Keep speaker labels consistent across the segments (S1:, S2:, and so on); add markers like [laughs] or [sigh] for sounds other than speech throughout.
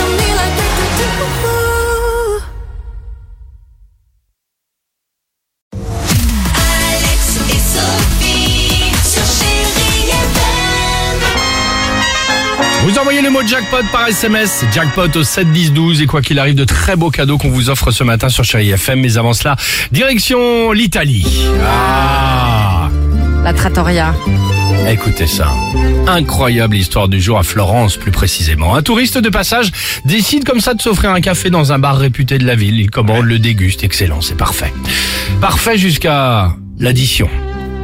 S1: on me like we could do. Alex et Sophie sur Chérie FM.
S2: Vous envoyez le mot jackpot par SMS, jackpot au 7 10 12 et quoi qu'il arrive de très beaux cadeaux qu'on vous offre ce matin sur Chéri FM. Mais avant cela, direction l'Italie. Ah,
S3: La trattoria.
S2: écoutez ça. Incroyable histoire du jour à Florence plus précisément. Un touriste de passage décide comme ça de s'offrir un café dans un bar réputé de la ville. Il commande, le déguste, excellent, c'est parfait. Parfait jusqu'à l'addition.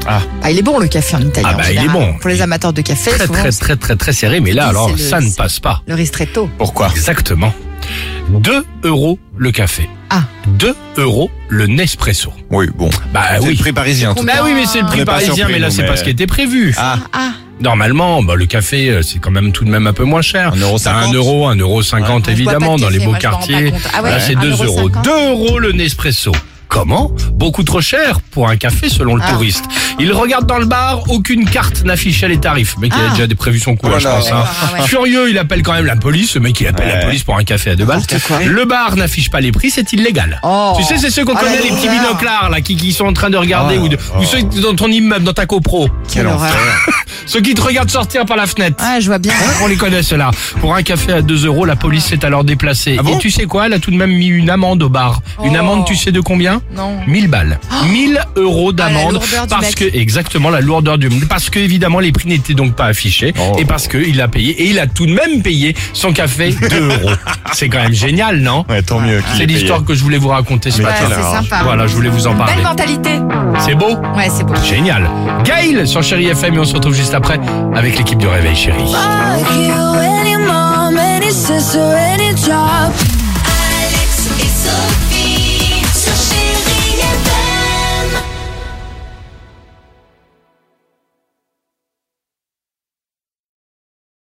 S3: Ah, il est bon le café en Italie.
S2: Ah
S3: en
S2: bah, il
S3: général.
S2: est bon.
S3: Pour les amateurs de café,
S2: Très
S3: souvent,
S2: très très très très serré, mais là
S3: Oui,
S2: alors
S3: c'est le-
S2: ça ne
S3: c'est-
S2: passe pas.
S3: le ristretto.
S4: Pourquoi
S2: Exactement. 2 euros le café.
S3: Ah.
S2: 2 euros le Nespresso.
S4: Oui, bon.
S2: Bah
S4: C'est
S2: oui.
S4: le prix parisien, en tout
S2: Bah
S4: cas.
S2: oui, mais c'est le
S4: On
S2: prix
S4: n'est pas
S2: parisien,
S4: surpris,
S2: mais là,
S4: nous,
S2: c'est
S4: mais-
S2: pas ce qui était prévu.
S4: Ah,
S3: Ah,
S2: Normalement, bah, le café, euh, c'est quand même tout de même un peu moins cher.
S4: Un euro
S2: T'as
S4: cinquante.
S2: un euro, un euro cinquante,
S3: Ouais. Je bois pas de
S2: évidemment, dans
S3: café,
S2: les beaux
S3: moi, je me rends pas
S2: quartiers.
S3: compte. Ah ouais,
S2: là, c'est
S3: un
S2: 2
S3: euro
S2: euros.
S3: cinquante.
S2: 2 euros le Nespresso. Comment Beaucoup trop cher pour un café, selon le
S3: Ah.
S2: touriste. Il regarde dans le bar, aucune carte n'affichait les tarifs. Le mec, il a
S3: Ah.
S2: déjà prévu son coup,
S4: Oh
S2: là, je
S4: là.
S2: pense. hein.
S3: Ah ouais.
S2: Furieux, il appelle quand même la police. Ce mec, il appelle la
S4: Ouais.
S2: police pour un café à deux balles.
S3: N'importe quoi.
S2: Le bar n'affiche pas les prix, c'est illégal.
S3: Oh.
S2: Tu sais, c'est ceux qu'on
S3: Ah, la
S2: connaît, les petits
S3: horreur.
S2: binoclars, là, qui, qui sont en train de regarder,
S4: Oh.
S2: ou, de- ou ceux qui- dans ton immeuble, dans ta copro.
S3: quelle horreur.
S2: Ceux qui te regardent sortir par la fenêtre.
S3: Ah, je vois bien.
S2: On les connaît ceux-là. Pour un café à 2 euros, la police s'est alors déplacée.
S4: Ah bon
S2: Et tu sais quoi Elle a tout de même mis une amende au bar. Une
S3: Oh.
S2: amende, tu sais de combien
S3: Non.
S2: 1000 balles.
S4: Oh.
S2: 1000 euros
S3: Ah, la
S2: d'amende.
S3: lourdeur du
S2: parce
S3: mec.
S2: que, exactement, la lourdeur du. Parce que, évidemment, les prix n'étaient donc pas affichés.
S4: Oh.
S2: Et parce qu'il l'a payé. Et il a tout de même payé
S4: [laughs]
S2: son café 2 euros. C'est quand même génial, non
S4: Ouais, tant mieux qu'il
S2: C'est
S4: ait payé.
S2: l'histoire que je voulais vous raconter ce
S4: Mais
S3: Ouais,
S2: matin.
S4: quelle
S3: c'est
S4: horreur.
S3: sympa.
S2: Voilà, je voulais vous en parler.
S3: Belle mentalité.
S2: C'est beau
S3: Ouais, c'est beau.
S2: Génial. Gail sur Chéri FM et on se retrouve juste après avec l'équipe du Réveil Chéri.
S1: Fuck you, any mom, any sister, any job.